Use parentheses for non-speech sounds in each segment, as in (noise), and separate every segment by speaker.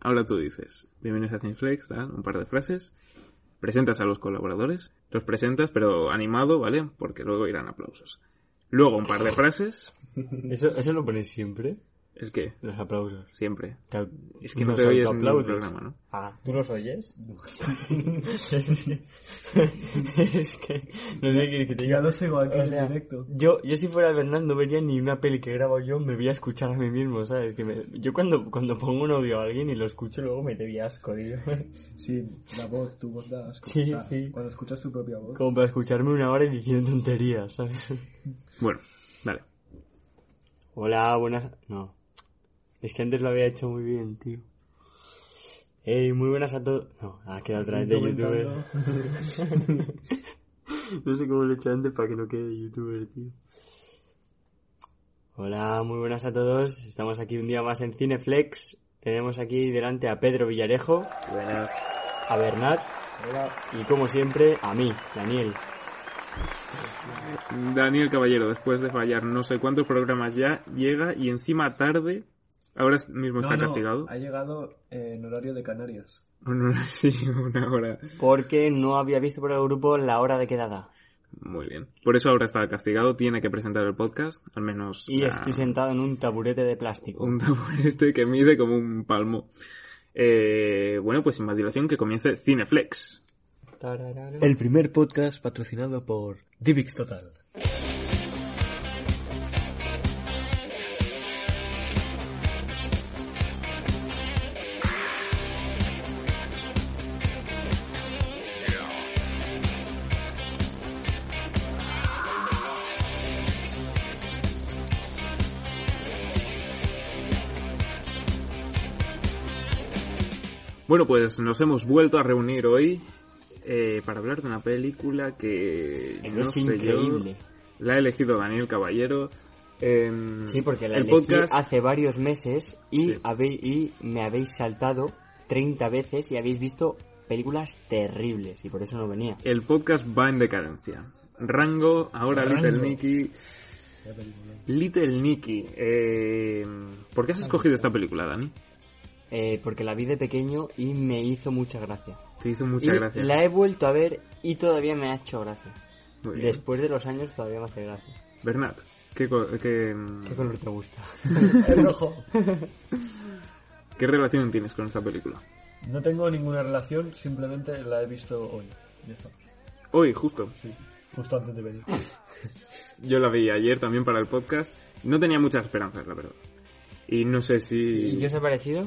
Speaker 1: Ahora tú dices, bienvenidos a Cineflex, tal, un par de frases, presentas a los colaboradores, los presentas, pero animado, ¿vale? Porque luego irán aplausos. Luego un par de frases,
Speaker 2: ¿Eso, eso lo ponéis siempre?
Speaker 1: el que
Speaker 2: Los aplausos.
Speaker 1: siempre.
Speaker 2: Te-
Speaker 1: Es que no,
Speaker 2: nos
Speaker 1: te oyes en ningún
Speaker 2: autoaplaudes.
Speaker 1: programa, ¿no?
Speaker 2: Ah.
Speaker 3: ¿Tú los
Speaker 2: (laughs)
Speaker 3: oyes?
Speaker 2: es que no sé qué quieres que te
Speaker 4: Ya
Speaker 2: diga.
Speaker 4: lo sigo aquí
Speaker 2: O
Speaker 4: en
Speaker 2: sea,
Speaker 4: directo.
Speaker 2: Yo, yo si fuera Bernardo, vería ni una peli que grabo yo, me voy a escuchar a mí mismo, ¿sabes? Que me- yo cuando, cucuando pongo un audio a alguien y lo escucho luego me debía asco, tío.
Speaker 4: (laughs) Sí, la voz, tu voz da asco.
Speaker 2: Sí,
Speaker 4: O sea,
Speaker 2: sí.
Speaker 4: Cuando escuchas tu propia voz.
Speaker 2: Como para escucharme una hora y diciendo tonterías, ¿sabes?
Speaker 1: Bueno, vale.
Speaker 2: Hola, buenas... No. Es que antes lo había hecho muy bien, tío. Ey, muy buenas a todos... No, ha quedado otra vez de youtuber.
Speaker 4: Comentando.
Speaker 2: No sé cómo lo he hecho antes para que no quede youtuber, tío. Hola, muy buenas a todos. Estamos aquí un día más en Cineflex. Tenemos aquí delante a Pedro Villarejo,
Speaker 1: Buenas.
Speaker 2: a Bernat y como siempre a mí, Daniel.
Speaker 1: Daniel Caballero, después de fallar no sé cuántos programas ya, llega y encima tarde, ahora mismo está
Speaker 4: No, no,
Speaker 1: castigado. (laughs)
Speaker 4: Ha llegado eh, en horario de Canarias.
Speaker 1: Una hora sí, una hora.
Speaker 2: Porque no había visto por el grupo la hora de quedada.
Speaker 1: Muy bien. Por eso ahora está castigado, tiene que presentar el podcast, al menos
Speaker 2: Y
Speaker 1: la-
Speaker 2: estoy sentado en un taburete de
Speaker 1: (laughs)
Speaker 2: plástico.
Speaker 1: un taburete este que mide como un palmo. Eh, bueno, pues sin más dilación, que comience Cineflex.
Speaker 2: El-
Speaker 3: El primer podcast patrocinado por Divix Total.
Speaker 1: Bueno, pues nos hemos vuelto a reunir hoy eh, para hablar de una película que
Speaker 2: Es
Speaker 1: no sé
Speaker 2: increíble.
Speaker 1: yo, la ha elegido Daniel Caballero. em,
Speaker 2: Sí, porque la
Speaker 1: el
Speaker 2: elegí
Speaker 1: podcast
Speaker 2: hace varios meses y,
Speaker 1: Sí.
Speaker 2: habéis, y me habéis saltado 30 veces y habéis visto películas terribles y por eso no venía.
Speaker 1: el podcast va en decadencia. Rango, ahora
Speaker 3: Rango.
Speaker 1: Little Nicky. Little Nicky. eh, ¿Por qué has escogido esta película, Dani?
Speaker 2: Eh, porque la vi de pequeño y me hizo mucha gracia.
Speaker 1: Te hizo muchas
Speaker 2: Y
Speaker 1: gracias.
Speaker 2: La he vuelto a ver y todavía me ha hecho gracia.
Speaker 1: Muy bien.
Speaker 2: Después de los años todavía me hace gracia.
Speaker 1: Bernat, ¿qué, co- qué, mm,
Speaker 2: ¿Qué color te gusta?
Speaker 4: (laughs) El rojo.
Speaker 1: qué relación tienes con esta película?
Speaker 4: No tengo ninguna relación, simplemente la he visto hoy. Ya está.
Speaker 1: Hoy, justo.
Speaker 4: Justo antes de venir.
Speaker 1: Yo la vi ayer también para el podcast. No tenía muchas esperanzas, la verdad. Y no sé si...
Speaker 2: ¿Y qué os ha parecido?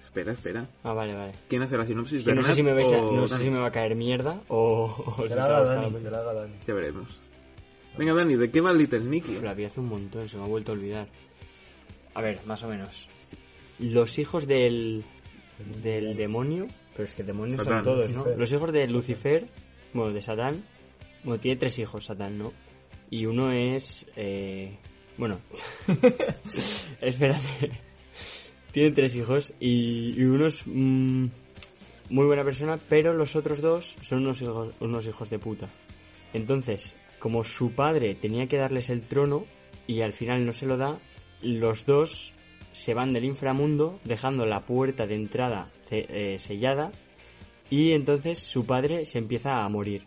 Speaker 1: Espera, espera.
Speaker 2: Ah, vale, vale.
Speaker 1: ¿Quién hace la sinopsis?
Speaker 2: Que no sé
Speaker 1: Bernat
Speaker 2: si me, vais a-
Speaker 1: o
Speaker 2: no sé
Speaker 1: Dani?
Speaker 2: si me va a caer mierda o, o
Speaker 4: Que
Speaker 2: si os
Speaker 4: la
Speaker 2: ha
Speaker 4: haga
Speaker 2: gustado la
Speaker 4: Dani, que
Speaker 2: película.
Speaker 4: la haga Dani.
Speaker 1: Ya veremos. Venga, Dani, ¿de qué va Little Nicky?
Speaker 2: La vi hace un montón, se me ha vuelto a olvidar. A ver, más o menos. Los hijos del. del demonio. Pero es que demonios
Speaker 1: Satán.
Speaker 2: son todos, ¿no?
Speaker 4: Lucifer.
Speaker 2: Los hijos de Lucifer, bueno, de Satán. Bueno, tiene tres hijos Satán, ¿no? Y uno es. eh, bueno. Espérate. tiene tres hijos y, y uno es. mm, muy buena persona, pero los otros dos son unos hijos, unos hijos de puta. Entonces, como su padre tenía que darles el trono y al final no se lo da, los dos se van del inframundo dejando la puerta de entrada ce- eh, sellada y entonces su padre se empieza a morir.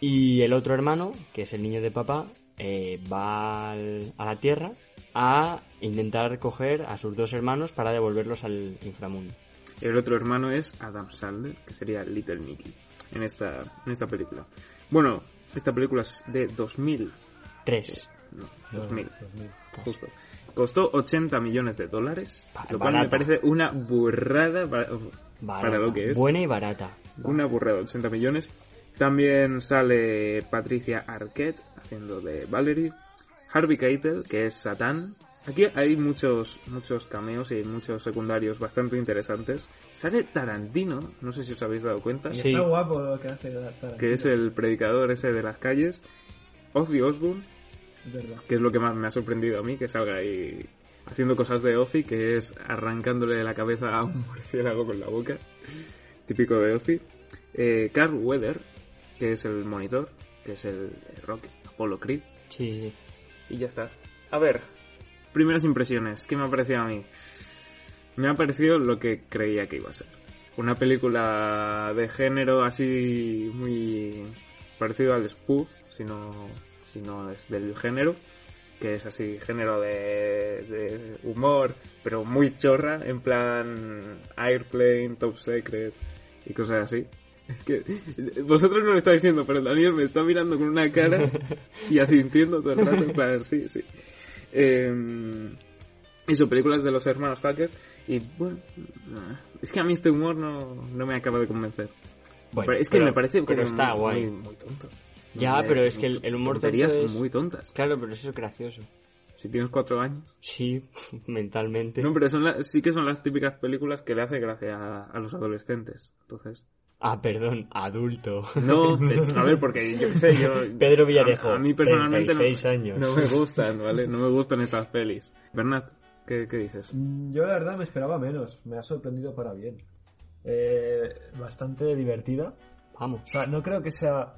Speaker 2: Y el otro hermano, que es el niño de papá, eh, va al- a la tierra a intentar coger a sus dos hermanos para devolverlos al inframundo.
Speaker 1: El otro hermano es Adam Sandler, que sería Little Nicky en esta, en esta película. Bueno, esta película es de 2000.
Speaker 2: Tres.
Speaker 1: No, 2000.
Speaker 4: Dos mil.
Speaker 1: Justo. Costó 80 millones de dólares,
Speaker 2: Ba-
Speaker 1: lo cual me
Speaker 2: barata.
Speaker 1: parece una burrada para,
Speaker 2: Barata.
Speaker 1: para lo que es.
Speaker 2: Buena y barata.
Speaker 1: Una burrada, 80 millones. También sale Patricia Arquette haciendo de Valerie. Harvey Keitel, que es Satán. Aquí hay muchos, muchos cameos y muchos secundarios bastante interesantes. Sale Tarantino, no sé si os habéis dado cuenta,
Speaker 4: Y
Speaker 2: Sí.
Speaker 4: está guapo lo que hace la Zara.
Speaker 1: que es el predicador ese de las calles. Ozzy Osbourne,
Speaker 4: Es verdad.
Speaker 1: que es lo que más me ha sorprendido a mí, que salga ahí haciendo cosas de Ozzy, que es arrancándole la cabeza a un (laughs) murciélago con la boca, típico de Ozzy. Eh, Carl Weather, que es el monitor, que es el Rocky, Apollo Creed,
Speaker 2: Sí,
Speaker 1: y ya está. A ver, primeras impresiones, ¿qué me ha parecido a mí? me ha parecido lo que creía que iba a ser. Una película de género así muy parecido al spoof, si no, si no es del género, que es así género de, de humor, pero muy chorra, en plan Airplane, Top Secret y cosas así. Es que vosotros no lo estáis viendo, pero Daniel me está mirando con una cara y asintiendo todo el rato, en plan, sí, sí. Eh, hizo películas de los hermanos Tucker y bueno, es que a mí este humor no, no me acaba de convencer.
Speaker 2: Bueno,
Speaker 1: Pero es que
Speaker 2: pero-
Speaker 1: me parece como
Speaker 2: pero está
Speaker 1: muy-
Speaker 2: guay.
Speaker 1: Muy, muy tonto.
Speaker 2: Ya,
Speaker 1: Me-
Speaker 2: pero es que el, el humor
Speaker 1: tonterías
Speaker 2: tonto es-
Speaker 1: muy tontas.
Speaker 2: Claro, pero eso es gracioso.
Speaker 1: Si tienes cuatro años.
Speaker 2: Sí, (laughs) mentalmente.
Speaker 1: No, pero son las- sí que son las típicas películas que le hace gracia a, a los adolescentes.
Speaker 2: (laughs)
Speaker 1: Entonces,
Speaker 2: Ah, perdón, adulto. (laughs)
Speaker 1: no, a ver, porque yo qué sé, yo.
Speaker 2: Pedro Villarejo.
Speaker 1: A, a mí personalmente no,
Speaker 2: 36 años.
Speaker 1: no me gustan, ¿vale? No me gustan estas pelis. Bernat, ¿qué, qué dices?
Speaker 4: Mm, Yo la verdad me esperaba menos, me ha sorprendido para bien. Eh, bastante divertida.
Speaker 2: Vamos.
Speaker 4: O sea, no creo que sea.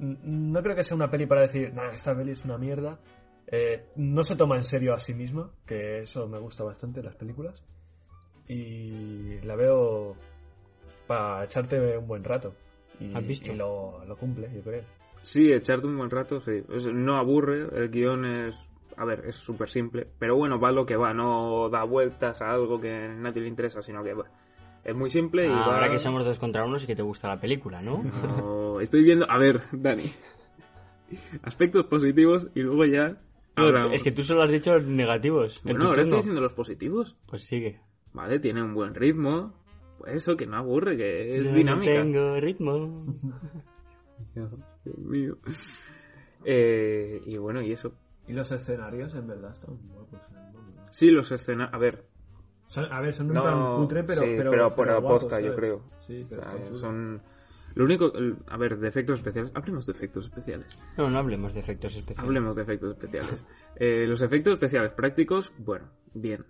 Speaker 4: n- No creo que sea una peli para decir, nah, esta peli es una mierda. Eh, no se toma en serio a sí misma, que eso me gusta bastante en las películas. Y la veo para echarte un buen rato. Y,
Speaker 2: ¿Has visto?
Speaker 4: y lo, lo cumple, yo creo.
Speaker 1: Sí, echarte un buen rato, sí. Es- no aburre, el guión es... A ver, es súper simple. Pero bueno, va lo que va, no da vueltas a algo que a nadie le interesa, sino que va. Es muy simple y
Speaker 2: Ah,
Speaker 1: va...
Speaker 2: ahora que somos dos contra uno sí que te gusta la película, ¿no?
Speaker 1: No, estoy viendo... A ver, Dani. Aspectos positivos y luego ya...
Speaker 2: No,
Speaker 1: hablamos.
Speaker 2: es que tú solo has dicho negativos. en
Speaker 1: Bueno,
Speaker 2: tu
Speaker 1: ahora estoy
Speaker 2: turno.
Speaker 1: diciendo los positivos.
Speaker 2: Pues sigue.
Speaker 1: Vale, tiene un buen ritmo. Pues eso, que no aburre, que es
Speaker 2: No
Speaker 1: dinámica.
Speaker 2: Tengo ritmo.
Speaker 1: Dios mío. Eh, y bueno, y eso.
Speaker 4: Y los escenarios, en verdad, están guapos. ¿no?
Speaker 1: Sí, los escenarios... A ver,
Speaker 4: Son- a ver, son un
Speaker 1: No,
Speaker 4: tan cutre, pero.
Speaker 1: sí,
Speaker 4: pero,
Speaker 1: pero por
Speaker 4: guapos,
Speaker 1: aposta, yo
Speaker 4: ¿sabes?
Speaker 1: creo.
Speaker 4: Sí, pero
Speaker 1: O sea,
Speaker 4: están chulos.
Speaker 1: son lo único el- a ver de efectos especiales hablemos de efectos especiales
Speaker 2: No, no hablemos de efectos especiales.
Speaker 1: hablemos de efectos especiales Eh, los efectos especiales prácticos bueno bien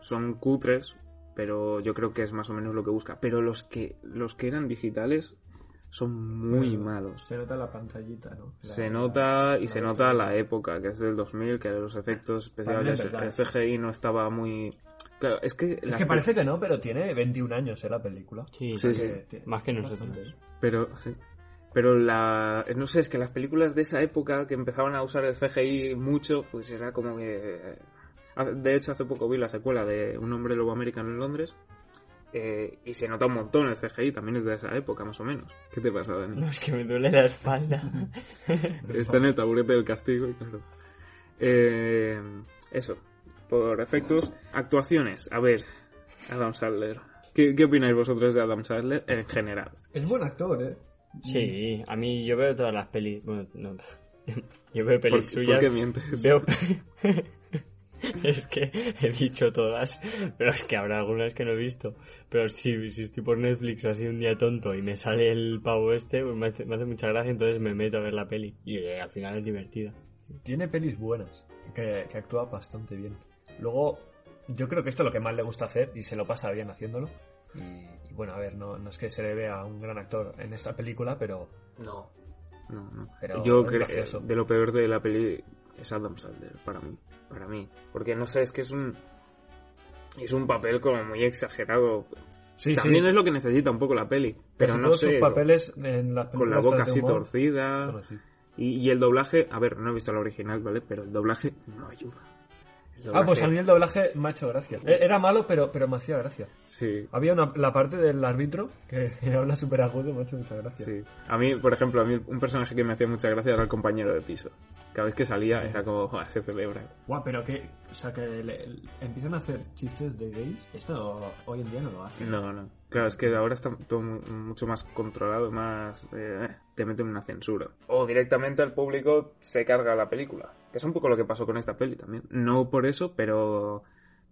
Speaker 1: son cutres pero yo creo que es más o menos lo que busca pero los que los que eran digitales son muy
Speaker 4: Bueno,
Speaker 1: malos
Speaker 4: Se nota la pantallita, ¿no? La-
Speaker 1: se
Speaker 4: la-
Speaker 1: nota y
Speaker 4: la
Speaker 1: se
Speaker 4: de
Speaker 1: nota
Speaker 4: esto.
Speaker 1: la E. época que es del 2000 que los efectos especiales
Speaker 4: También
Speaker 1: el
Speaker 4: es
Speaker 1: CGI no estaba muy claro es que
Speaker 4: Es que parece que no, pero tiene 21 años, ¿eh? La película.
Speaker 2: Sí,
Speaker 1: Sí, sí.
Speaker 4: Que tiene-
Speaker 2: Más que
Speaker 4: bastante,
Speaker 2: nosotros.
Speaker 4: ¿eh?
Speaker 1: Pero, sí. Pero la. No sé, es que las películas de esa época que empezaban a usar el CGI mucho, pues era como que. eh, De hecho, hace poco vi la secuela de Un hombre lobo americano en Londres. eh, y se nota un montón el CGI, también es de esa época, más o menos. ¿Qué te pasa, Dani?
Speaker 2: (laughs) No, es que me duele la espalda.
Speaker 1: Está en el taburete del castigo, y claro. Eh, eso. Por efectos. Actuaciones. A ver, Adam Sandler. ¿Qué, ¿Qué opináis vosotros de Adam Sandler en general?
Speaker 4: Es buen actor, ¿eh?
Speaker 2: sí, a mí yo veo todas las pelis. Bueno, no. (laughs) Yo veo
Speaker 1: ¿Por,
Speaker 2: pelis
Speaker 1: por
Speaker 2: suyas.
Speaker 1: qué mientes?
Speaker 2: Veo. (laughs) es que he dicho todas, pero es que habrá algunas que no he visto. Pero si, si estoy por Netflix así un día tonto y me sale el pavo este, pues me hace, me hace mucha gracia, entonces me meto a ver la peli. Y eh, al final es divertida.
Speaker 4: Tiene pelis buenas, que, que actúa bastante bien. Luego, yo creo que esto es lo que más le gusta hacer y se lo pasa bien haciéndolo. Y, y bueno, a ver, no, no es que se le vea un gran actor en esta película, pero
Speaker 1: No. No, no.
Speaker 4: Pero
Speaker 1: Yo
Speaker 4: es
Speaker 1: creo
Speaker 4: gracioso.
Speaker 1: de lo peor de la peli es Adam Sandler, para mí. Para mí. Porque no sé, es que es un. Es un papel como muy exagerado.
Speaker 4: sí,
Speaker 1: También
Speaker 4: sí.
Speaker 1: es lo que necesita un poco la peli. Pero
Speaker 4: Casi
Speaker 1: no
Speaker 4: todos
Speaker 1: sé.
Speaker 4: sus papeles en las películas
Speaker 1: Con la boca
Speaker 4: de
Speaker 1: así
Speaker 4: humor son
Speaker 1: torcida.
Speaker 4: así.
Speaker 1: Y, y el doblaje. A ver, no he visto la original, ¿vale? Pero el doblaje no ayuda. El
Speaker 4: Ah, pues
Speaker 1: doblaje-
Speaker 4: a mí el doblaje me ha hecho gracia. E- Era malo, pero, pero me hacía gracia.
Speaker 1: Sí.
Speaker 4: Había una, la parte del árbitro que (laughs) habla súper agudo, me ha hecho mucha gracia.
Speaker 1: Sí. A mí, por ejemplo, a mí un personaje que me hacía mucha gracia era el compañero de piso. Cada vez que salía era como, "Buah, se celebra.
Speaker 4: Guau, pero que, o sea, que le- le- empiezan a hacer chistes de gays, esto hoy en día no lo hacen.
Speaker 1: No, no. Claro, es que ahora está todo mu- mucho más controlado, más... eh, te meten una censura. O directamente el público se carga la película. Que es un poco lo que pasó con esta peli también. No por eso, pero...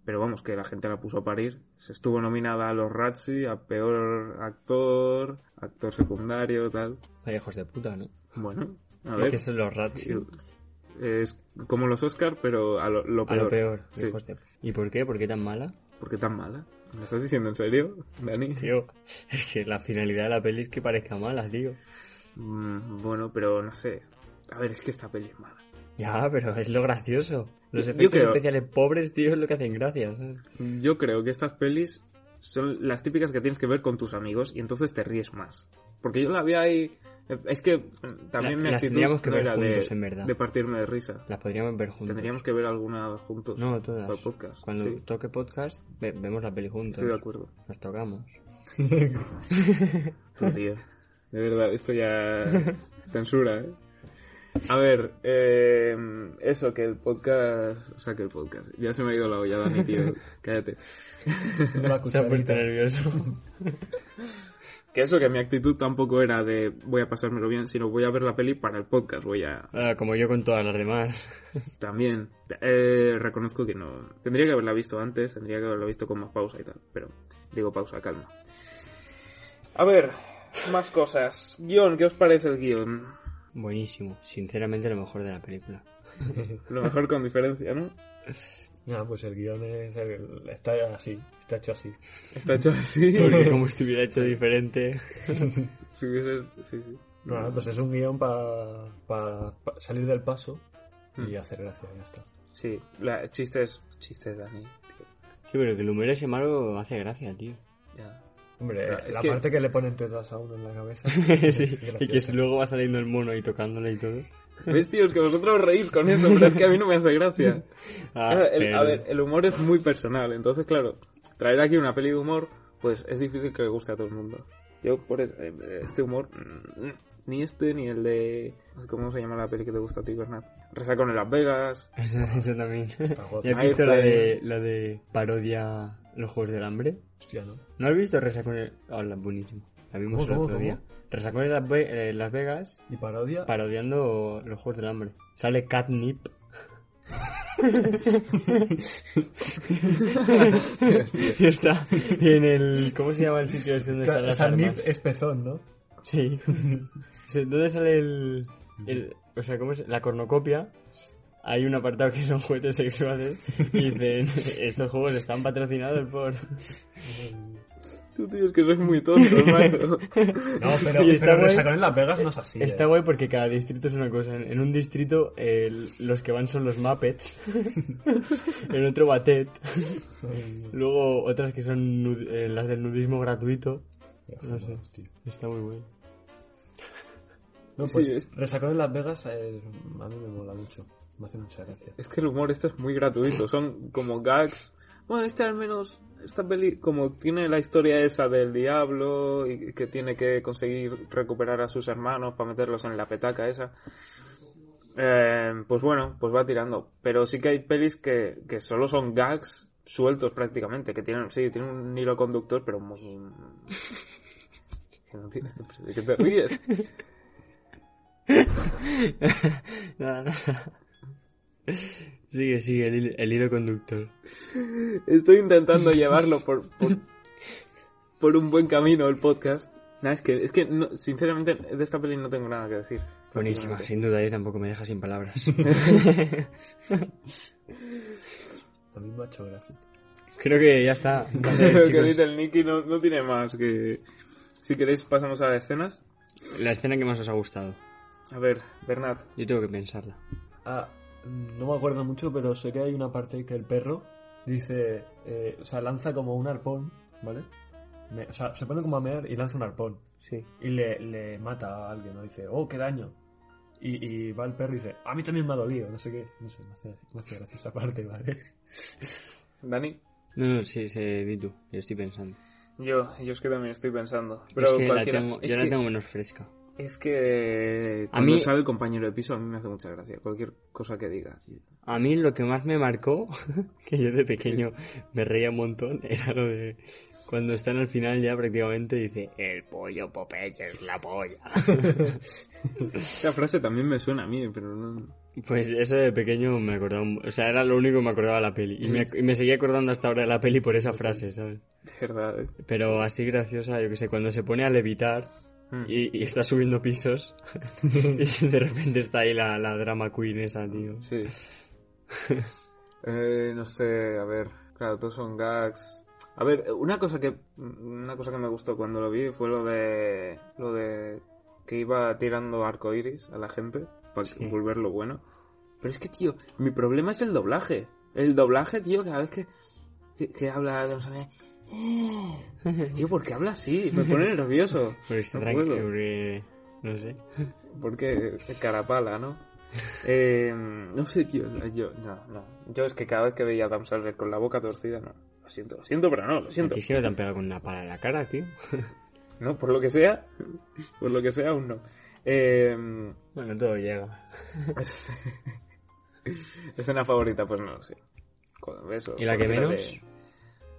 Speaker 1: Pero vamos, que la gente la puso a parir. Se estuvo nominada a los Razzie, a peor actor, actor secundario, tal.
Speaker 2: Hay hijos de puta, ¿no?
Speaker 1: Bueno, a
Speaker 2: Es
Speaker 1: ver.
Speaker 2: que son los rats.
Speaker 1: Es como los Oscar, pero a lo, lo
Speaker 2: A
Speaker 1: peor.
Speaker 2: lo peor,
Speaker 1: Sí.
Speaker 2: hijos de ¿Y por qué? ¿Por qué tan mala?
Speaker 1: ¿Por qué tan mala? ¿Me estás diciendo en serio, Dani?
Speaker 2: Tío, (laughs) es que la finalidad de la peli es que parezca mala, tío.
Speaker 1: Mm, bueno, pero no sé. A ver, es que esta peli es mala.
Speaker 2: Ya, pero es lo gracioso. Los
Speaker 1: Yo
Speaker 2: efectos
Speaker 1: creo-
Speaker 2: especiales pobres, tío, es lo que hacen gracia. ¿sabes?
Speaker 1: Yo creo que estas pelis son las típicas que tienes que ver con tus amigos y entonces te ríes más. Porque yo la vi ahí. Es que mm, también
Speaker 2: La-
Speaker 1: mi
Speaker 2: las
Speaker 1: actitud
Speaker 2: tendríamos que
Speaker 1: no
Speaker 2: ver
Speaker 1: era
Speaker 2: juntos,
Speaker 1: de,
Speaker 2: en verdad.
Speaker 1: de partirme de risa.
Speaker 2: Las podríamos ver juntos.
Speaker 1: Tendríamos que ver alguna juntos.
Speaker 2: No, todas.
Speaker 1: Para el podcast,
Speaker 2: Cuando
Speaker 1: sí.
Speaker 2: toque podcast, ve- vemos la peli juntos.
Speaker 1: Estoy de
Speaker 2: (laughs)
Speaker 1: acuerdo.
Speaker 2: Nos tocamos.
Speaker 1: Tú, tío. De verdad, esto
Speaker 2: (laughs)
Speaker 1: ya censura, ¿eh? A ver, eh, eso, que el podcast... O sea, que el podcast... Ya se me ha ido la olla, Dani,
Speaker 2: (laughs)
Speaker 1: tío. Cállate.
Speaker 4: Haciendo la
Speaker 2: Se ha puesto
Speaker 4: cucharita.
Speaker 2: nervioso. (laughs)
Speaker 1: Que eso, que mi actitud tampoco era de voy a pasármelo bien, sino voy a ver la peli para el podcast. Voy a...
Speaker 2: Ah, como yo con todas las demás. (laughs)
Speaker 1: También. eh, reconozco que no... Tendría que haberla visto antes, tendría que haberla visto con más pausa y tal. Pero digo pausa, calma. A ver, más cosas. Guión, ¿qué os parece el guión?
Speaker 2: Buenísimo. Sinceramente, lo mejor de
Speaker 1: (laughs)
Speaker 2: la película.
Speaker 1: Lo mejor con diferencia, ¿no?
Speaker 4: Ah, pues el guión es el- está así, está hecho así.
Speaker 1: Está hecho
Speaker 4: (laughs)
Speaker 1: así.
Speaker 2: Porque como estuviera hecho diferente.
Speaker 1: Si hubieses- sí, sí.
Speaker 4: No, pues es un guión para salir del paso y hacer gracia, ya está.
Speaker 1: Sí, la, chistes, chistes, Dani. tío,
Speaker 2: Sí, pero que el humor ese malo hace gracia, tío.
Speaker 1: ya.
Speaker 4: Hombre,
Speaker 1: Claro, es
Speaker 4: la
Speaker 1: que-
Speaker 4: parte que le ponen tetas a uno en la cabeza.
Speaker 2: Sí, (laughs) Y que luego va saliendo el mono y tocándole y todo.
Speaker 1: ¿Ves, tío? Es que vosotros os reís con eso, pero es que a mí no me hace gracia.
Speaker 2: Ah,
Speaker 1: Claro, el-
Speaker 2: pero-
Speaker 1: a ver, el humor es muy personal, entonces, claro, traer aquí una peli de humor, pues es difícil que le guste a todo el mundo. Yo, por es- eh, este humor, mm, mm, ni este ni el de. ¿Cómo se llama la peli que te gusta a ti, Bernat? Resacón en Las Vegas.
Speaker 2: (laughs) Eso también. ¿Ya
Speaker 4: joder.
Speaker 2: has visto la de, la de parodia Los Juegos del Hambre?
Speaker 4: Hostia, ¿no?
Speaker 2: ¿No has visto Resacón en... Hola, buenísimo. La vimos
Speaker 4: ¿Cómo,
Speaker 2: el otro
Speaker 4: cómo,
Speaker 2: día. Resacón en Las Ve- eh, Las Vegas
Speaker 4: ¿Y parodia?
Speaker 2: parodiando Los Juegos del Hambre. Sale
Speaker 4: (laughs)
Speaker 2: Catnip. (laughs) y está en el... ¿Cómo se llama el sitio este donde están
Speaker 4: Claro,
Speaker 2: las
Speaker 4: San Nip
Speaker 2: armas?
Speaker 4: es pezón, ¿no?
Speaker 2: (laughs) Sí. O sea, ¿Dónde sale el, el- O sea, ¿cómo es? La cornucopia. Hay un apartado que son juguetes sexuales. Y (laughs) dicen: Estos juegos están patrocinados por.
Speaker 1: Tú, tío, es que sois muy (laughs) tonto, macho.
Speaker 4: No, (laughs) pero,
Speaker 2: Y está
Speaker 4: pero
Speaker 2: guay.
Speaker 4: Resacón en Las Vegas no es así. eh. (laughs)
Speaker 2: Está guay porque cada distrito es una cosa. En, en un distrito, eh, los que van son los (laughs) Muppets. en otro, Batet. Luego, otras que son nud- eh, las del nudismo gratuito. No sé.
Speaker 4: Hostia.
Speaker 2: Está muy bueno.
Speaker 4: No,
Speaker 1: Sí,
Speaker 4: pues
Speaker 1: es-
Speaker 4: Resacón en Las Vegas eh, a mí me mola mucho. Me hace mucha gracia.
Speaker 1: Es que el humor este es muy gratuito, son como gags. Bueno, este al menos, esta peli, como tiene la historia esa del diablo y que tiene que conseguir recuperar a sus hermanos para meterlos en la petaca esa. eh, pues bueno, pues va tirando. Pero sí que hay pelis que, que solo son gags sueltos prácticamente, que tienen, sí, tienen un hilo conductor, pero muy... (laughs) que no tiene- ¿De qué te ríes?
Speaker 2: Nada, nada. Sigue, sigue, el, hil- el hilo conductor.
Speaker 1: Estoy intentando llevarlo por, por, por un buen camino el podcast. Nah, es que, es que no- sinceramente, de esta peli no tengo nada que decir.
Speaker 2: Buenísima, sin duda, yo tampoco me deja sin palabras.
Speaker 4: A mí me ha hecho gracia.
Speaker 2: Creo que
Speaker 1: (laughs)
Speaker 2: ya está.
Speaker 1: (laughs) Lo que
Speaker 2: Chicos,
Speaker 1: dice el Nicky no, no tiene más que... Si queréis pasamos a las escenas.
Speaker 2: la escena que más os ha gustado.
Speaker 1: A ver, Bernat.
Speaker 2: Yo tengo que pensarla.
Speaker 4: Ah, mm, no me acuerdo mucho, pero sé que hay una parte que el perro dice, eh, o sea, lanza como un arpón, ¿vale? Me- o sea, se pone como a mear y lanza un arpón.
Speaker 2: Sí.
Speaker 4: Y le, le mata a alguien, ¿no? Dice, oh, qué daño. Y, y va el perro y dice, a mí también me ha dolido, no sé qué. No sé, me hace, me hace gracia esa parte, ¿vale?
Speaker 1: Dani.
Speaker 2: No, no, sí, sí, di tú. Yo estoy pensando.
Speaker 1: Yo, yo es que también estoy pensando. Pero
Speaker 2: es que la
Speaker 1: cualquiera-
Speaker 2: tengo,
Speaker 1: es
Speaker 2: yo la
Speaker 1: que-
Speaker 2: tengo menos fresca.
Speaker 1: Es que...
Speaker 2: A
Speaker 1: Cuando
Speaker 2: mí-
Speaker 1: sale el compañero de piso a mí me hace mucha gracia. Cualquier cosa que digas.
Speaker 2: A mí lo que más me marcó, (laughs) que yo de pequeño me reía un montón, (laughs) era lo de cuando están al final ya prácticamente dice el pollo Popeye es la polla.
Speaker 1: Esa frase también me suena a mí, pero no...
Speaker 2: Pues eso de pequeño me acordaba, un- o sea, era lo único que me acordaba de la peli. Y me, y me seguía acordando hasta ahora de la peli por esa frase, ¿sabes?
Speaker 1: De verdad. eh.
Speaker 2: Pero así graciosa, yo que sé, cuando se pone a levitar
Speaker 1: Mm.
Speaker 2: y, y está subiendo
Speaker 4: (laughs)
Speaker 2: pisos (laughs) y de repente está ahí la, la drama queen esa, tío.
Speaker 1: Sí.
Speaker 2: (laughs)
Speaker 1: Eh, no sé, a ver. Claro, todos son gags. A ver, una cosa que una cosa que me gustó cuando lo vi fue lo de lo de que iba tirando arcoiris a la gente para
Speaker 2: Sí.
Speaker 1: volverlo bueno. Pero es que, tío, mi problema es el doblaje. El doblaje, tío, cada vez que, que, que habla Adam Sandler... Tío, ¿por qué habla así? Me
Speaker 2: (laughs)
Speaker 1: pone nervioso.
Speaker 2: Pero está
Speaker 1: No
Speaker 2: tranquilo,
Speaker 1: puedo.
Speaker 2: porque... No sé.
Speaker 1: Porque es carapala,
Speaker 2: (laughs)
Speaker 1: ¿no? Eh, no sé, tío. Yo, no, no. Yo es que cada vez que veía a Adam Sandler con la boca torcida, no. Lo siento, lo siento, pero no, lo siento.
Speaker 2: Aquí es que no te han pegado con una pala en la cara, tío.
Speaker 1: No, por lo que sea, por lo que sea, aún no. Eh,
Speaker 2: Bueno, todo llega.
Speaker 1: escena favorita, pues no lo sé. Con eso,
Speaker 2: ¿Y la que
Speaker 1: cualquiera
Speaker 2: menos?
Speaker 1: de-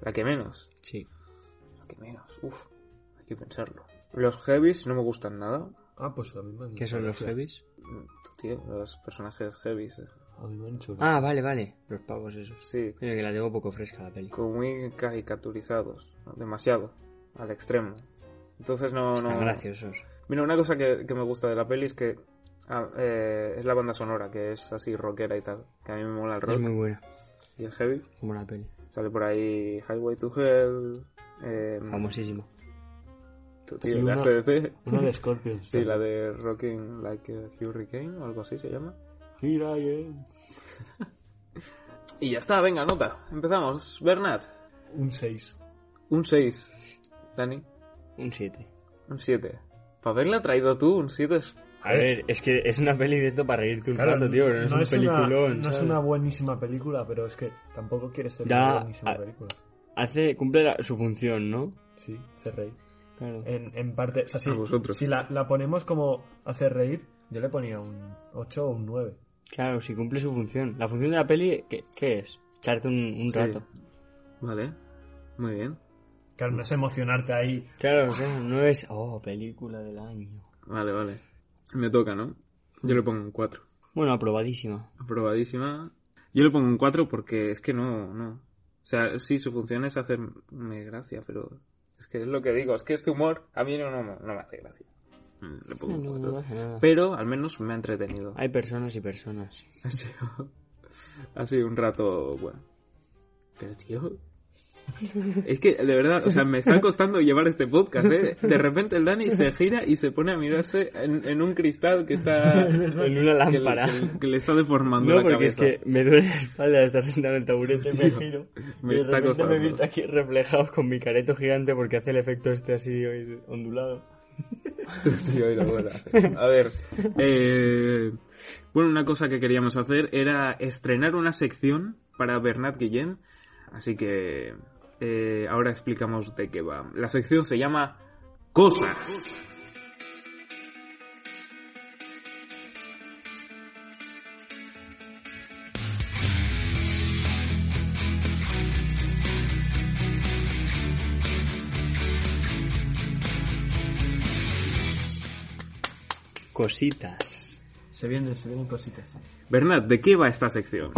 Speaker 1: La que menos.
Speaker 2: Sí.
Speaker 1: La que menos. Uf, hay que pensarlo. Los heavies no me gustan nada.
Speaker 4: Ah, pues a mí me han
Speaker 2: ¿Qué son los
Speaker 4: Sí.
Speaker 2: heavies?
Speaker 1: Tío, los personajes heavies. eh.
Speaker 4: A mí me han hecho-
Speaker 2: Ah, vale, vale. Los pavos esos.
Speaker 1: Sí,
Speaker 2: Mira, que la tengo poco fresca la peli.
Speaker 1: como muy caricaturizados. ¿no? Demasiado. Al extremo. Entonces no...
Speaker 2: Están
Speaker 1: no...
Speaker 2: graciosos.
Speaker 1: Mira, una cosa que, que me gusta de la peli es que... ah, eh, es la banda sonora, que es así rockera y tal. Que a mí me mola el rock
Speaker 2: Es muy buena,
Speaker 1: y el heavy.
Speaker 2: como la peli.
Speaker 1: Sale por ahí Highway to Hell. Eh,
Speaker 2: Famosísima.
Speaker 1: tu tío,
Speaker 4: Y
Speaker 1: la
Speaker 4: una-
Speaker 2: (laughs)
Speaker 1: CDC.
Speaker 4: Una de Scorpions.
Speaker 1: Sí, la de Rocking Like a Hurricane o algo así se llama.
Speaker 4: Gira y el-
Speaker 1: Y ya está, venga, nota. Empezamos. Bernat,
Speaker 4: Un 6.
Speaker 1: un 6. Dani,
Speaker 2: Un 7.
Speaker 1: un 7. Para haberla traído tú, un 7 es...
Speaker 2: A ver, es que es una peli de esto para reírte un rato, tío. No, es un
Speaker 4: una,
Speaker 2: peliculón.
Speaker 4: Eh. no es
Speaker 2: ¿sabes?
Speaker 4: una buenísima película, pero es que tampoco quiere ser
Speaker 2: Da-
Speaker 4: una buenísima
Speaker 2: a-
Speaker 4: película.
Speaker 2: Hace, cumple la- su función, ¿no?
Speaker 4: Sí, hace reír.
Speaker 2: Claro.
Speaker 4: En, en parte, o sea, si,
Speaker 1: A vosotros.
Speaker 4: si la, la ponemos como hacer reír, yo le ponía un 8 o un 9.
Speaker 2: Claro, si cumple su función. La función de la peli, ¿qué, qué es? Echarte un, un
Speaker 1: Sí.
Speaker 2: rato.
Speaker 1: Vale, muy bien.
Speaker 4: Claro, no es emocionarte ahí.
Speaker 2: Claro, o sea, Ah, no es. Oh, película del año.
Speaker 1: Vale, vale. Me toca, ¿no? Yo le pongo un 4.
Speaker 2: Bueno, aprobadísima.
Speaker 1: Aprobadísima. Yo le pongo un 4 porque es que no, no. O sea, sí, su función es hacerme gracia, pero es que es lo que digo, es que este humor a mí no, no, no me hace gracia. Mm, Le pongo
Speaker 2: No,
Speaker 1: un
Speaker 2: no,
Speaker 1: 4.
Speaker 2: no pasa nada.
Speaker 1: Pero al menos me ha entretenido.
Speaker 2: Hay personas y personas.
Speaker 1: Ha sido, ha sido un rato bueno. Pero tío. Es que, de verdad, o sea, me está costando llevar este podcast, ¿eh? De repente el Dani se gira y se pone a mirarse en, en un cristal que está...
Speaker 2: (laughs) En una
Speaker 1: que le,
Speaker 2: lámpara.
Speaker 1: que le- que le está deformando la
Speaker 2: No, porque es
Speaker 1: cabeza.
Speaker 2: que me duele la espalda de estar sentado en el taburete, me
Speaker 1: Tío,
Speaker 2: giro.
Speaker 1: me
Speaker 2: y de
Speaker 1: está
Speaker 2: repente
Speaker 1: costando.
Speaker 2: me he visto aquí reflejado con mi careto gigante porque hace el efecto este así ondulado.
Speaker 1: Tío, y la abuela. A ver. eh, bueno, una cosa que queríamos hacer era estrenar una sección para Bernat Guillén. Así que eh, ahora explicamos de qué va. La sección se llama Cosas.
Speaker 2: Cositas.
Speaker 4: Se vienen, se vienen cositas.
Speaker 1: Bernat, ¿de qué va esta sección?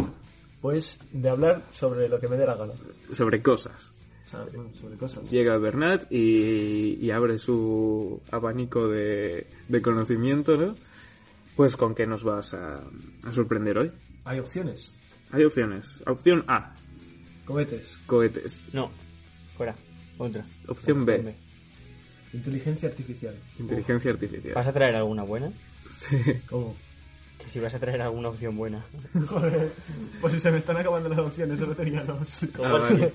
Speaker 4: Pues de hablar sobre lo que me dé la gana.
Speaker 1: Sobre cosas.
Speaker 4: O sea, bueno, sobre cosas.
Speaker 1: Llega Bernat y, y abre su abanico de, de conocimiento, ¿no? Pues con qué nos vas a- a sorprender hoy.
Speaker 4: Hay opciones.
Speaker 1: Hay opciones. Opción A,
Speaker 4: Cohetes.
Speaker 1: cohetes.
Speaker 2: No, fuera, otra.
Speaker 1: Opción B.
Speaker 4: Inteligencia artificial.
Speaker 1: Inteligencia artificial.
Speaker 2: ¿Vas a traer alguna buena?
Speaker 4: ¿Cómo?
Speaker 2: Que si vas a traer alguna opción buena.
Speaker 4: (laughs) Joder, pues se me están acabando las opciones, solo tenía dos.
Speaker 1: Ah, vale.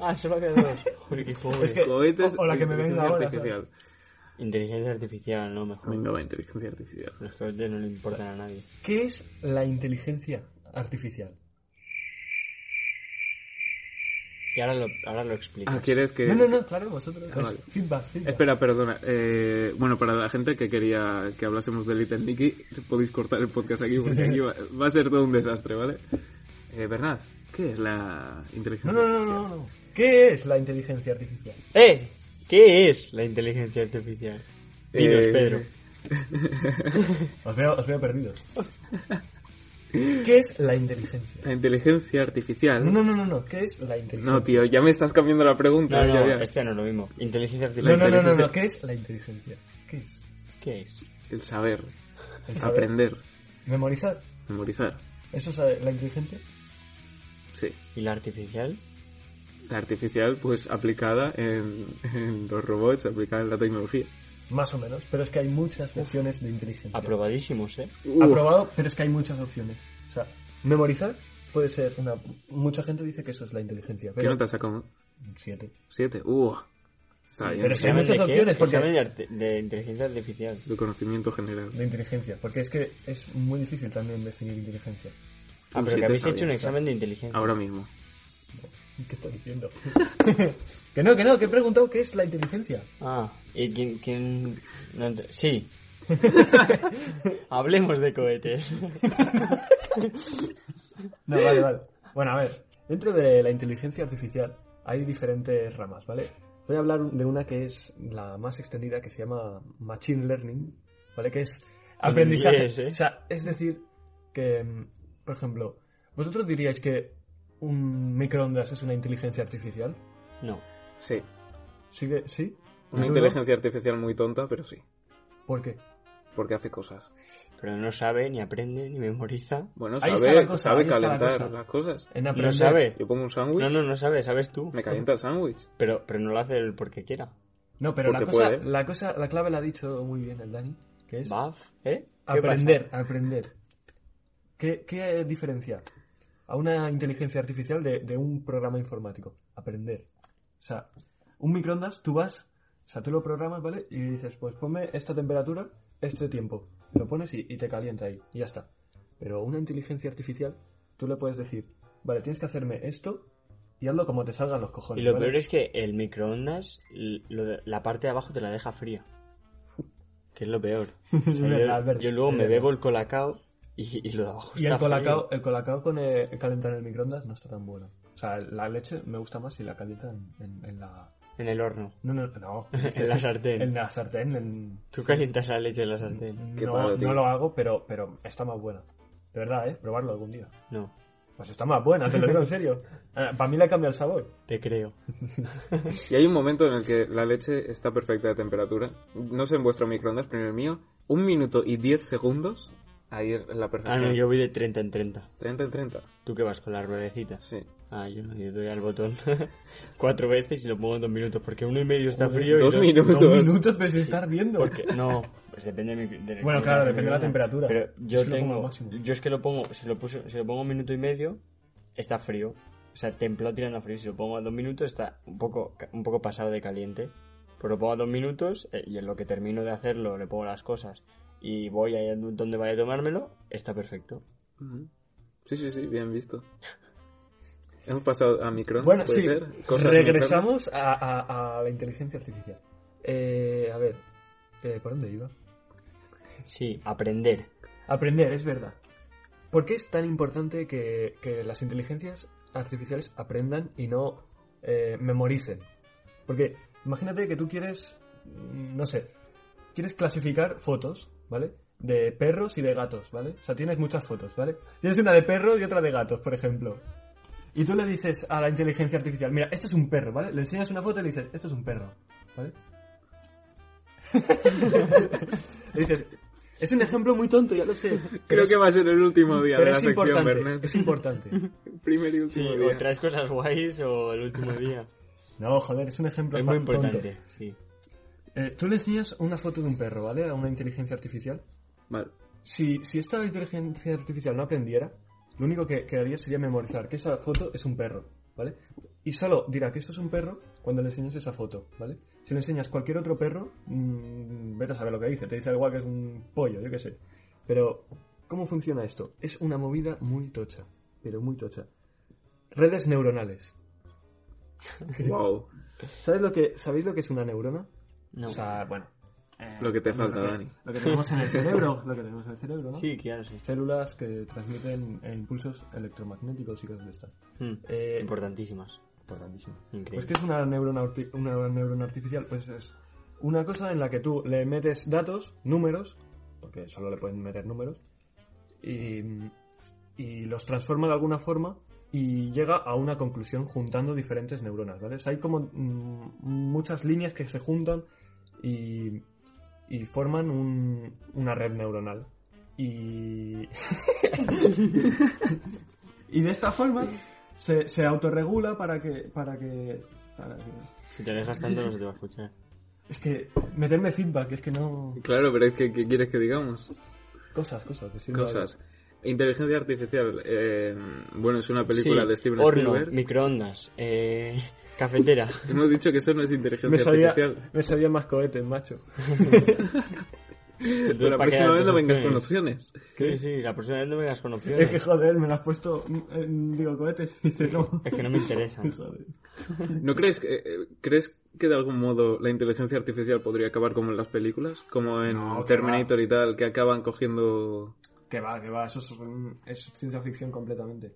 Speaker 2: Ah, solo
Speaker 1: (laughs)
Speaker 2: ha quedado dos. Joder, qué pobre.
Speaker 4: Es que-
Speaker 1: Cohetes
Speaker 4: o- o la que me
Speaker 1: inteligencia
Speaker 4: venga ahora,
Speaker 1: artificial.
Speaker 2: Inteligencia artificial, no mejor.
Speaker 1: Venga, va, inteligencia artificial.
Speaker 2: Los cohetes no le importan a nadie.
Speaker 4: ¿Qué es la inteligencia artificial?
Speaker 2: Y ahora lo, ahora lo explico.
Speaker 1: Ah, ¿quieres que...?
Speaker 4: No, no, no, claro, vosotros.
Speaker 1: Ah,
Speaker 4: es
Speaker 1: vale.
Speaker 4: feedback, feedback.
Speaker 1: Espera, perdona. Eh, bueno, para la gente que quería que hablásemos de Little Nicky, podéis cortar el podcast aquí porque aquí
Speaker 4: (laughs)
Speaker 1: va, va a ser todo un desastre, ¿vale? Eh, Bernard, ¿qué es la inteligencia
Speaker 4: No, no, no,
Speaker 1: artificial?
Speaker 4: no, no. ¿Qué es la inteligencia artificial?
Speaker 2: ¡Eh! ¿Qué es la inteligencia artificial? Dinos,
Speaker 1: Eh,
Speaker 2: Pedro.
Speaker 4: Os veo, os veo perdidos. ¿Qué es la inteligencia?
Speaker 1: La inteligencia artificial...
Speaker 4: No, no, no, no, no. ¿Qué es la inteligencia?
Speaker 1: No, tío, ya me estás cambiando la pregunta. ¿eh?
Speaker 2: No, no,
Speaker 1: ya, ya.
Speaker 2: esto no es lo mismo. Inteligencia
Speaker 4: no,
Speaker 2: artificial.
Speaker 4: no, no, no, no. ¿Qué es la inteligencia? ¿Qué es?
Speaker 2: ¿Qué es?
Speaker 1: El saber,
Speaker 4: El saber.
Speaker 1: aprender,
Speaker 4: Memorizar.
Speaker 1: memorizar.
Speaker 4: ¿Eso es la inteligencia?
Speaker 1: Sí.
Speaker 2: ¿Y la artificial?
Speaker 1: La artificial, pues aplicada en, en los robots, aplicada en la tecnología.
Speaker 4: Más o menos, pero es que hay muchas versiones de inteligencia.
Speaker 2: Aprobadísimos, ¿eh?
Speaker 1: Uh,
Speaker 4: Aprobado, pero es que hay muchas opciones. O sea, memorizar puede ser una... Mucha gente dice que eso es la inteligencia,
Speaker 1: ¿Qué
Speaker 4: pero...
Speaker 1: nota sacamos?
Speaker 4: Siete.
Speaker 1: ¿Siete? Uh, está bien. ¿eh?
Speaker 4: Pero es que hay
Speaker 2: ¿Examen
Speaker 4: muchas
Speaker 2: de qué?
Speaker 4: opciones, porque-
Speaker 2: Examen de, arte- de inteligencia artificial.
Speaker 1: De conocimiento general.
Speaker 4: De inteligencia, porque es que es muy difícil también definir inteligencia.
Speaker 2: Ah,
Speaker 1: Un
Speaker 2: pero
Speaker 1: siete
Speaker 2: que habéis
Speaker 1: pues está Ah,
Speaker 2: hecho un
Speaker 1: bien.
Speaker 2: examen de inteligencia.
Speaker 1: Ahora mismo.
Speaker 4: ¿Qué estás diciendo? (laughs) que no, que no, que he preguntado qué es la inteligencia.
Speaker 2: Ah, ¿y quién...? quién- no ent- sí. (laughs) Hablemos de cohetes. (laughs)
Speaker 4: No, vale, vale. Bueno, a ver, dentro de la inteligencia artificial hay diferentes ramas, ¿vale? Voy a hablar de una que es la más extendida, que se llama Machine Learning, ¿vale? Que es aprendizaje.
Speaker 2: inglés, ¿eh?
Speaker 4: O sea, es decir, que, mm, por ejemplo, ¿vosotros diríais que un microondas es una inteligencia artificial?
Speaker 2: No.
Speaker 1: Sí.
Speaker 4: ¿Sí? que- ¿Sí?
Speaker 1: Una
Speaker 4: ¿Tú no?
Speaker 1: inteligencia artificial muy tonta, pero sí.
Speaker 4: ¿Por qué?
Speaker 1: Porque hace cosas.
Speaker 2: Pero no sabe, ni aprende, ni memoriza.
Speaker 1: Bueno,
Speaker 4: Ahí
Speaker 1: sabe,
Speaker 4: está la cosa,
Speaker 1: sabe
Speaker 4: ahí está la
Speaker 1: calentar
Speaker 4: cosa.
Speaker 1: las cosas.
Speaker 4: En
Speaker 2: No
Speaker 4: aprender-
Speaker 2: sabe.
Speaker 1: Yo pongo un sándwich,
Speaker 2: No, no, no sabe, sabes tú.
Speaker 1: me calienta el sándwich.
Speaker 2: Pero, pero no lo hace el porque quiera.
Speaker 4: No, pero la
Speaker 1: Porque
Speaker 4: cosa,
Speaker 1: puede.
Speaker 4: la cosa, la clave la ha dicho muy bien el Dani, que es
Speaker 2: ¿Baf? ¿Eh? ¿Qué
Speaker 4: aprender, aprender. ¿Qué, qué diferencia a una inteligencia artificial de, de un programa informático? Aprender. O sea, un microondas, tú vas, o sea, tú lo programas, ¿vale? Y dices, pues ponme esta temperatura, este tiempo. Lo pones y, y te calienta ahí, y ya está. Pero una inteligencia artificial, tú le puedes decir, vale, tienes que hacerme esto y hazlo como te salgan los
Speaker 2: pasa?
Speaker 4: cojones.
Speaker 2: Y lo
Speaker 4: ¿vale?
Speaker 2: peor es que el microondas, l- lo de- la parte de abajo te la
Speaker 1: (laughs)
Speaker 2: deja fría. Que es lo peor. O sea, yo-
Speaker 4: verdad, (laughs) (laughs) es
Speaker 2: yo,
Speaker 4: verdad,
Speaker 2: luego
Speaker 4: es
Speaker 2: me
Speaker 4: verdad.
Speaker 2: bebo el colacao y, y lo de abajo
Speaker 4: Y
Speaker 2: está
Speaker 4: el colacao,
Speaker 2: frío.
Speaker 4: el colacao con eh, el, calentar en el microondas no está tan bueno. O sea, la leche me gusta más si la calienta en, en- en la...
Speaker 2: En el
Speaker 4: (laughs)
Speaker 2: horno.
Speaker 4: No, no, no.
Speaker 2: En la sartén.
Speaker 4: En la sartén. en-
Speaker 2: Tú calientas la leche en la sartén.
Speaker 1: Qué
Speaker 4: No,
Speaker 1: malo, tío.
Speaker 4: no lo hago, pero, pero está más buena. De verdad, ¿eh? Probarlo algún día.
Speaker 2: No,
Speaker 4: Pues está más buena, te lo digo en serio. Para mí le cambia el sabor.
Speaker 2: te creo.
Speaker 1: Y hay un momento en el que la leche está perfecta de temperatura. No sé en vuestro microondas, pero en el mío, un minuto y diez segundos, ahí es la
Speaker 2: Ah,
Speaker 1: perfección.
Speaker 2: no, yo voy de 30 en 30.
Speaker 1: 30 en 30,
Speaker 2: ¿Tú qué vas con las ruedecitas?
Speaker 1: sí.
Speaker 2: Ah, yo no, yo doy al botón (laughs) cuatro veces y lo pongo en dos minutos, porque uno y medio está frío y
Speaker 1: dos minutos.
Speaker 4: Dos minutos, pero si está ardiendo.
Speaker 2: Porque, no, pues depende de mi- de-
Speaker 4: Bueno,
Speaker 2: de-
Speaker 4: claro, depende de la
Speaker 2: microondas.
Speaker 4: temperatura.
Speaker 2: Pero yo
Speaker 4: Es que lo pongo al
Speaker 2: tengo,
Speaker 4: máximo.
Speaker 2: yo es que lo pongo, si lo, puse- si lo pongo un minuto y medio, está frío. O sea, templado tirando a frío. Si lo pongo a dos minutos, está un poco, ca- un poco pasado de caliente. Pero lo pongo a dos minutos eh, y en lo que termino de hacerlo, le pongo las cosas y voy a donde vaya a tomármelo, está perfecto.
Speaker 1: Ujú. Sí, sí, sí, bien visto. Hemos pasado a microondas,
Speaker 4: Bueno,
Speaker 1: ¿puede
Speaker 4: sí.
Speaker 1: ser? Cosas
Speaker 4: Regresamos a, a- a la inteligencia artificial. Eh, a ver, eh, ¿por dónde iba?
Speaker 2: Sí, aprender.
Speaker 4: Aprender, es verdad. ¿Por qué es tan importante que, que las inteligencias artificiales aprendan y no eh, memoricen? Porque imagínate que tú quieres, mm, no sé, quieres clasificar fotos, ¿vale? De perros y de gatos, ¿vale? O sea, tienes muchas fotos, ¿vale? Tienes una de perros y otra de gatos, por ejemplo. Y tú le dices a la inteligencia artificial, mira, esto es un perro, ¿vale? Le enseñas una foto y le dices, esto es un perro, ¿vale? (laughs) le dices, es un ejemplo muy tonto, ya lo sé.
Speaker 1: Creo
Speaker 4: pero
Speaker 1: que va a ser el último día
Speaker 4: pero
Speaker 1: de la
Speaker 4: es
Speaker 1: sección,
Speaker 4: importante,
Speaker 1: Bernat.
Speaker 4: es importante.
Speaker 1: (laughs) Primer y
Speaker 2: Sí,
Speaker 1: último día.
Speaker 2: o traes cosas guays o el último
Speaker 4: (laughs)
Speaker 2: día.
Speaker 4: No, joder, es un ejemplo
Speaker 2: es muy
Speaker 4: fa- tonto.
Speaker 2: importante. Sí.
Speaker 4: Eh, tú le enseñas una foto de un perro, ¿vale? A una inteligencia artificial.
Speaker 1: Vale.
Speaker 4: Si, si esta inteligencia artificial no aprendiera, lo único que, que haría sería memorizar que esa foto es un perro, ¿vale? Y solo dirá que esto es un perro cuando le enseñes esa foto, ¿vale? Si le enseñas cualquier otro perro, mm, vete a saber lo que dice. Te dice al igual que es un pollo, yo qué sé. Pero, ¿cómo funciona esto? Es una movida muy tocha, pero muy tocha. Redes neuronales. (laughs)
Speaker 1: Wow.
Speaker 4: ¿Sabes lo que, ¿Sabéis lo que es una neurona?
Speaker 2: No.
Speaker 4: O sea, bueno.
Speaker 1: Lo que te falta,
Speaker 4: lo que-
Speaker 1: Dani.
Speaker 4: Lo que tenemos en
Speaker 1: (laughs)
Speaker 4: el cerebro, lo que tenemos en el cerebro, ¿no?
Speaker 2: sí, claro, sí.
Speaker 4: Células que transmiten eh, impulsos electromagnéticos y cosas de estas.
Speaker 2: Mm.
Speaker 4: Eh,
Speaker 2: Importantísimas.
Speaker 4: importantísimo.
Speaker 2: Increíble.
Speaker 4: Pues que es una neurona, arti- una neurona artificial, pues es una cosa en la que tú le metes datos, números, porque solo le pueden meter números, y, y los transforma de alguna forma y llega a una conclusión juntando diferentes neuronas, ¿vale? O sea, hay como mm, muchas líneas que se juntan y, y forman un- una red neuronal. Y... (laughs) y de esta forma se, se autorregula para que... Para que, para que
Speaker 2: Si te alejas tanto no se te va a escuchar.
Speaker 4: Es que meterme feedback, es que no.
Speaker 1: Claro, pero es que, ¿qué quieres que digamos?
Speaker 4: Cosas, cosas, que sirva
Speaker 1: Cosas. Inteligencia artificial. eh, bueno, es una película
Speaker 2: Sí,
Speaker 1: de Steven
Speaker 2: horno,
Speaker 1: Spielberg.
Speaker 2: microondas, eh, cafetera.
Speaker 1: Hemos dicho que eso no es inteligencia
Speaker 4: algo. Me sabía,
Speaker 1: artificial.
Speaker 4: me sabía más cohetes, macho.
Speaker 1: Pero (laughs) la
Speaker 2: ¿Para qué
Speaker 1: próxima
Speaker 2: dar
Speaker 1: vez no
Speaker 2: tus
Speaker 1: vengas con opciones.
Speaker 2: Sí, sí, la próxima vez no me das
Speaker 1: (laughs)
Speaker 2: con
Speaker 4: (laughs) Es que
Speaker 2: opciones.
Speaker 4: joder, me lo has puesto. eh, Digo cohetes (laughs) y dice no.
Speaker 2: Es que no me interesa.
Speaker 4: Joder.
Speaker 1: ¿No crees que, eh, crees que de algún modo la inteligencia artificial podría acabar como en las películas? Como en
Speaker 4: No, que
Speaker 1: Terminator y tal, que acaban cogiendo...
Speaker 4: Que va, que va, eso es, un- es ciencia ficción completamente.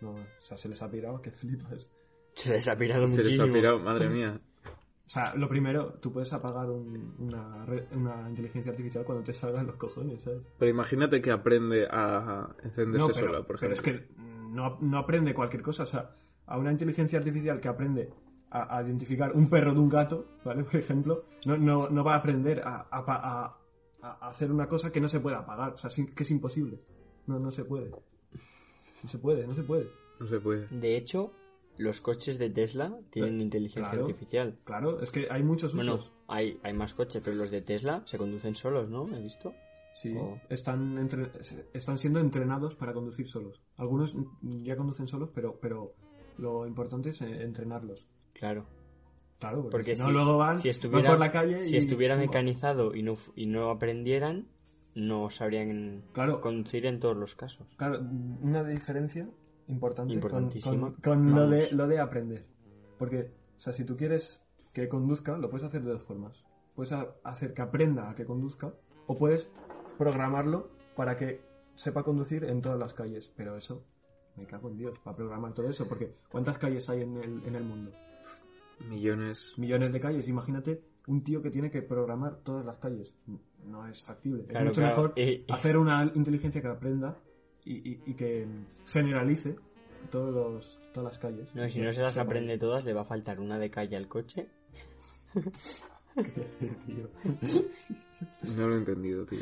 Speaker 4: No, o sea, se les ha pirado que flipas.
Speaker 2: Se les ha pirado
Speaker 1: Se les
Speaker 2: muchísimo.
Speaker 1: ha pirado, madre mía.
Speaker 4: O sea, lo primero, tú puedes apagar un- una, red- una inteligencia artificial cuando te salgan los cojones, ¿sabes?
Speaker 1: Pero imagínate que aprende a encenderse sola, este por ejemplo.
Speaker 4: pero es que no, no aprende cualquier cosa. O sea, a una inteligencia artificial que aprende a, a identificar un perro de un gato, ¿vale? (laughs) Por ejemplo, no, no, no va a aprender a, a pa- a- a hacer una cosa que no se puede apagar. O sea, sin- que es imposible. No, no se puede. No se puede, no se puede.
Speaker 1: No se puede.
Speaker 2: De hecho, los coches de Tesla
Speaker 1: Eh,
Speaker 2: tienen inteligencia
Speaker 4: claro.
Speaker 2: artificial.
Speaker 4: Claro, es que hay muchos usos.
Speaker 2: Bueno, hay, hay más coches, pero los de Tesla se conducen solos, ¿no? ¿He visto?
Speaker 4: Sí,
Speaker 2: O-
Speaker 4: están, entre- están siendo entrenados para conducir solos. Algunos ya conducen solos, pero, pero lo importante es eh, entrenarlos.
Speaker 2: Claro.
Speaker 4: Claro, porque,
Speaker 2: Porque
Speaker 4: si no
Speaker 2: si-
Speaker 4: luego van,
Speaker 2: si
Speaker 4: van
Speaker 2: estuviera,
Speaker 4: por la calle
Speaker 2: si
Speaker 4: y...
Speaker 2: estuviera mecanizado y no, fu- y no aprendieran, no sabrían
Speaker 4: Claro.
Speaker 2: conducir en todos los casos.
Speaker 4: Claro, una diferencia importante con-
Speaker 2: Importantísima.
Speaker 4: con, con lo,
Speaker 2: Vamos.
Speaker 4: de, lo de aprender. Porque, o sea, si tú quieres que conduzca, lo puedes hacer de dos formas. Puedes a- hacer que aprenda a que conduzca o puedes programarlo para que sepa conducir en todas las calles. Pero eso, me cago en Dios, para programar todo eso. Porque, ¿cuántas calles hay en el, en el mundo?
Speaker 1: Millones.
Speaker 4: Millones de calles. Imagínate un tío que tiene que programar todas las calles. No es factible.
Speaker 2: Claro,
Speaker 4: es mucho
Speaker 2: claro.
Speaker 4: mejor
Speaker 2: Eh, eh,
Speaker 4: hacer una inteligencia que aprenda y, y- y que generalice todos los, todas las calles.
Speaker 2: no, y si no se las aprende todas, le va a faltar una de calle al coche. (laughs)
Speaker 4: Tío.
Speaker 1: No lo he entendido, tío.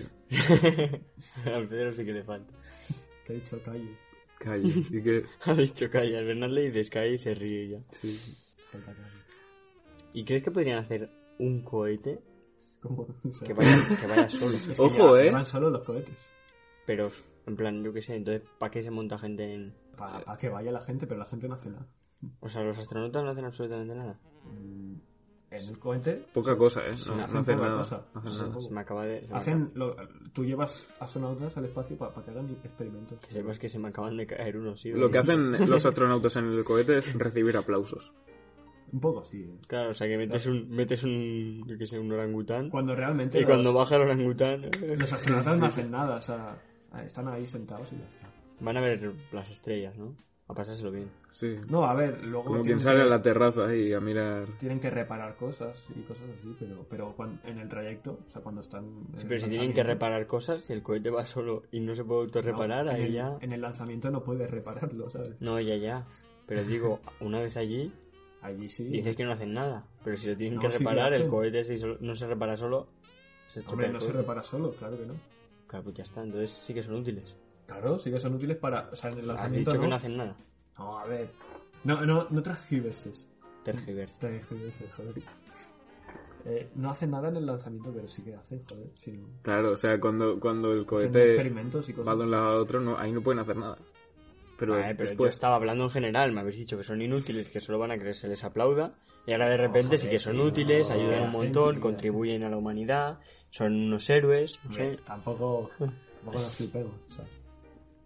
Speaker 2: al Pedro sí que le falta.
Speaker 4: Que he dicho calle.
Speaker 1: Calle.
Speaker 4: (laughs)
Speaker 1: Así que...
Speaker 2: Ha dicho calle. Al Bernal le dices calle y se ríe ya.
Speaker 1: sí.
Speaker 4: Falta calle.
Speaker 2: ¿Y crees que podrían hacer un cohete
Speaker 4: Como, o sea,
Speaker 2: que vaya, que vaya solo?
Speaker 4: es que
Speaker 1: Ojo,
Speaker 4: ya
Speaker 1: eh.
Speaker 4: Van solo los cohetes.
Speaker 2: Pero, en plan, yo qué sé, entonces, ¿para qué se monta gente en...?
Speaker 4: Para que vaya la gente, pero la gente no hace nada.
Speaker 2: O sea, los astronautas no hacen absolutamente nada.
Speaker 4: Mm, En el cohete
Speaker 1: Poca cosa, ¿eh?
Speaker 4: Sí,
Speaker 1: No, no
Speaker 4: hacen
Speaker 1: hacen
Speaker 4: poca
Speaker 1: nada.
Speaker 4: cosa.
Speaker 1: No hacen
Speaker 4: Sí.
Speaker 1: nada.
Speaker 2: Se me acaba de... se me
Speaker 4: hacen. lo- tú llevas astronautas al espacio para que hagan experimentos.
Speaker 2: acaba- Que sepas que se me acaban de caer unos, sí.
Speaker 1: Lo que
Speaker 4: (laughs)
Speaker 1: hacen los astronautas en el cohete es recibir aplausos.
Speaker 4: Un poco, sí. eh.
Speaker 2: Claro, o sea, que metes un, metes un, yo qué sé, un orangután.
Speaker 4: Cuando realmente.
Speaker 2: Y
Speaker 4: los-
Speaker 2: cuando baja el orangután,
Speaker 4: Los astronautas no hacen nada, o sea, están ahí sentados y ya está.
Speaker 2: van a ver las estrellas, ¿no? A pasárselo bien.
Speaker 1: Sí.
Speaker 4: No, a ver, luego
Speaker 1: Como quien
Speaker 4: tienen
Speaker 1: sale a
Speaker 4: Oh, que-
Speaker 1: la terraza y a mirar...
Speaker 4: tienen que reparar cosas y cosas así, pero, pero cuan- en el trayecto, o sea, cuando están... en
Speaker 2: Sí,
Speaker 4: el
Speaker 2: pero si tienen que
Speaker 4: Eh, lanzamiento-
Speaker 2: reparar cosas, si el cohete va solo y no se puede
Speaker 4: No,
Speaker 2: autorreparar,
Speaker 4: en
Speaker 2: ahí
Speaker 4: el,
Speaker 2: ya...
Speaker 4: En el lanzamiento no puedes repararlo, ¿sabes?
Speaker 2: No, ya, ya. Pero digo, una vez allí,
Speaker 4: Allí sí.
Speaker 2: dices que no hacen nada. Pero si lo tienen
Speaker 4: No,
Speaker 2: que
Speaker 4: sí que
Speaker 2: reparar, el
Speaker 4: hacen.
Speaker 2: cohete si solo- no se repara solo, se estropea
Speaker 4: Hombre,
Speaker 2: el
Speaker 4: no se
Speaker 2: cohete.
Speaker 4: repara solo, claro que no.
Speaker 2: Claro, pues ya está. Entonces sí que son útiles.
Speaker 4: Claro, sí que son útiles para... O sea, en el
Speaker 2: Has
Speaker 4: lanzamiento
Speaker 2: dicho que no
Speaker 4: no.
Speaker 2: hacen nada.
Speaker 4: No, a ver. No, no, no transgiverses.
Speaker 2: Tergiversa.
Speaker 4: Transgiverses, joder. Eh, no hacen nada en el lanzamiento, pero sí que hacen, joder. Sí, hacen
Speaker 1: Claro, o sea, cuando, cuando el cohete
Speaker 4: experimentos y
Speaker 1: Pues va
Speaker 4: cosas.
Speaker 1: de un lado a otro, no, ahí no pueden hacer nada. Pero
Speaker 2: Vale, Ah, pero yo
Speaker 1: después...
Speaker 2: estaba hablando en general, me habéis dicho que son inútiles, que solo van a que se les aplauda, y ahora de repente
Speaker 4: joder,
Speaker 2: sí que son
Speaker 4: tío,
Speaker 2: útiles,
Speaker 4: no,
Speaker 2: ayudan un
Speaker 4: sí,
Speaker 2: montón,
Speaker 4: sí,
Speaker 2: contribuyen a la humanidad, son unos héroes, no
Speaker 4: Hombre,
Speaker 2: sé.
Speaker 4: tampoco, tampoco nos flipemos. o sea,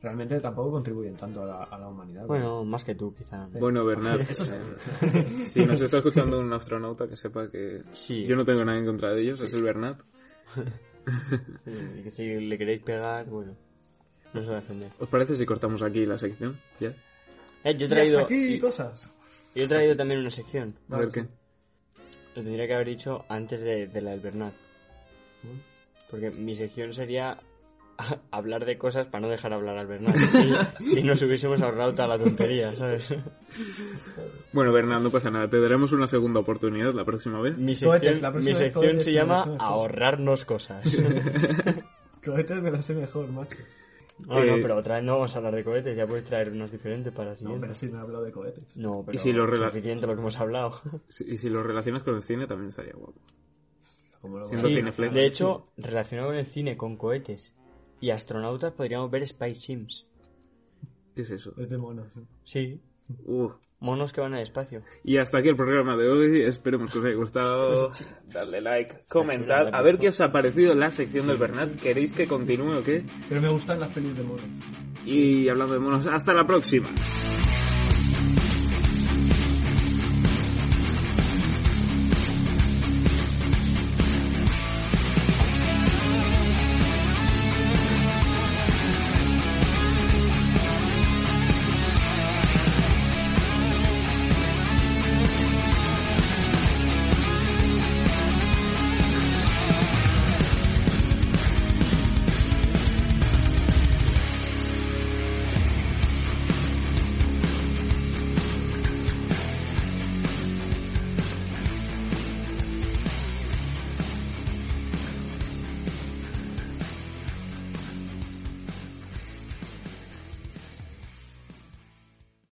Speaker 4: realmente tampoco contribuyen tanto a la, a la humanidad.
Speaker 2: Bueno, más que tú quizá.
Speaker 1: Bueno, Bernard, eh, si nos está escuchando un astronauta que sepa que
Speaker 2: Sí,
Speaker 1: yo no tengo nada en contra de ellos, es el Bernat.
Speaker 2: sí, Mm, que si le queréis pegar, bueno, no se va a defender.
Speaker 1: ¿Os parece si cortamos aquí la sección? ¿Ya?
Speaker 2: Eh, yo he
Speaker 4: ¿no? Y hasta
Speaker 2: traído,
Speaker 4: aquí
Speaker 2: y-
Speaker 4: cosas.
Speaker 2: yo he traído también una sección,
Speaker 1: A
Speaker 4: Vale,
Speaker 1: ver qué.
Speaker 4: sí.
Speaker 2: lo tendría que haber dicho antes de, de la del Bernat, porque mi sección sería (laughs) hablar de cosas para no dejar hablar al
Speaker 4: (laughs)
Speaker 2: Bernat, y, y nos hubiésemos ahorrado toda la tontería, ¿sabes?
Speaker 1: Bueno, Bernat, no pasa nada, te daremos una segunda oportunidad la próxima vez.
Speaker 2: Mi
Speaker 4: Cohetes,
Speaker 2: sección,
Speaker 4: la próxima
Speaker 2: mi
Speaker 4: vez
Speaker 2: sección
Speaker 4: cohetes,
Speaker 2: se
Speaker 4: la
Speaker 2: llama
Speaker 4: próxima vez cohetes.
Speaker 2: ahorrarnos cosas.
Speaker 4: (laughs) Cohetes me lo sé mejor, macho.
Speaker 2: No, no,
Speaker 1: Eh,
Speaker 2: pero otra vez no vamos a hablar de cohetes, ya puedes traer unos diferentes para la
Speaker 4: No,
Speaker 2: siguiente.
Speaker 4: pero si no he hablado de cohetes.
Speaker 2: No, pero
Speaker 1: si lo rela-
Speaker 2: suficiente lo que hemos hablado.
Speaker 1: Si- Y si lo relacionas con el cine también estaría guapo.
Speaker 5: como lo
Speaker 1: Siendo
Speaker 5: Sí,
Speaker 1: cineflex.
Speaker 2: de hecho, relacionado con el cine, con cohetes y astronautas, podríamos ver Space Sims.
Speaker 1: ¿Qué es eso?
Speaker 4: Es de mono, sí.
Speaker 2: Sí,
Speaker 1: Uf.
Speaker 2: monos que van al espacio.
Speaker 1: Y hasta aquí el programa de hoy. Esperemos que os haya gustado. Darle like, comentad. A ver qué os ha parecido la sección del Bernat. ¿Queréis que continúe o qué?
Speaker 5: Pero me gustan las pelis de monos.
Speaker 1: Y hablando de monos, hasta la próxima.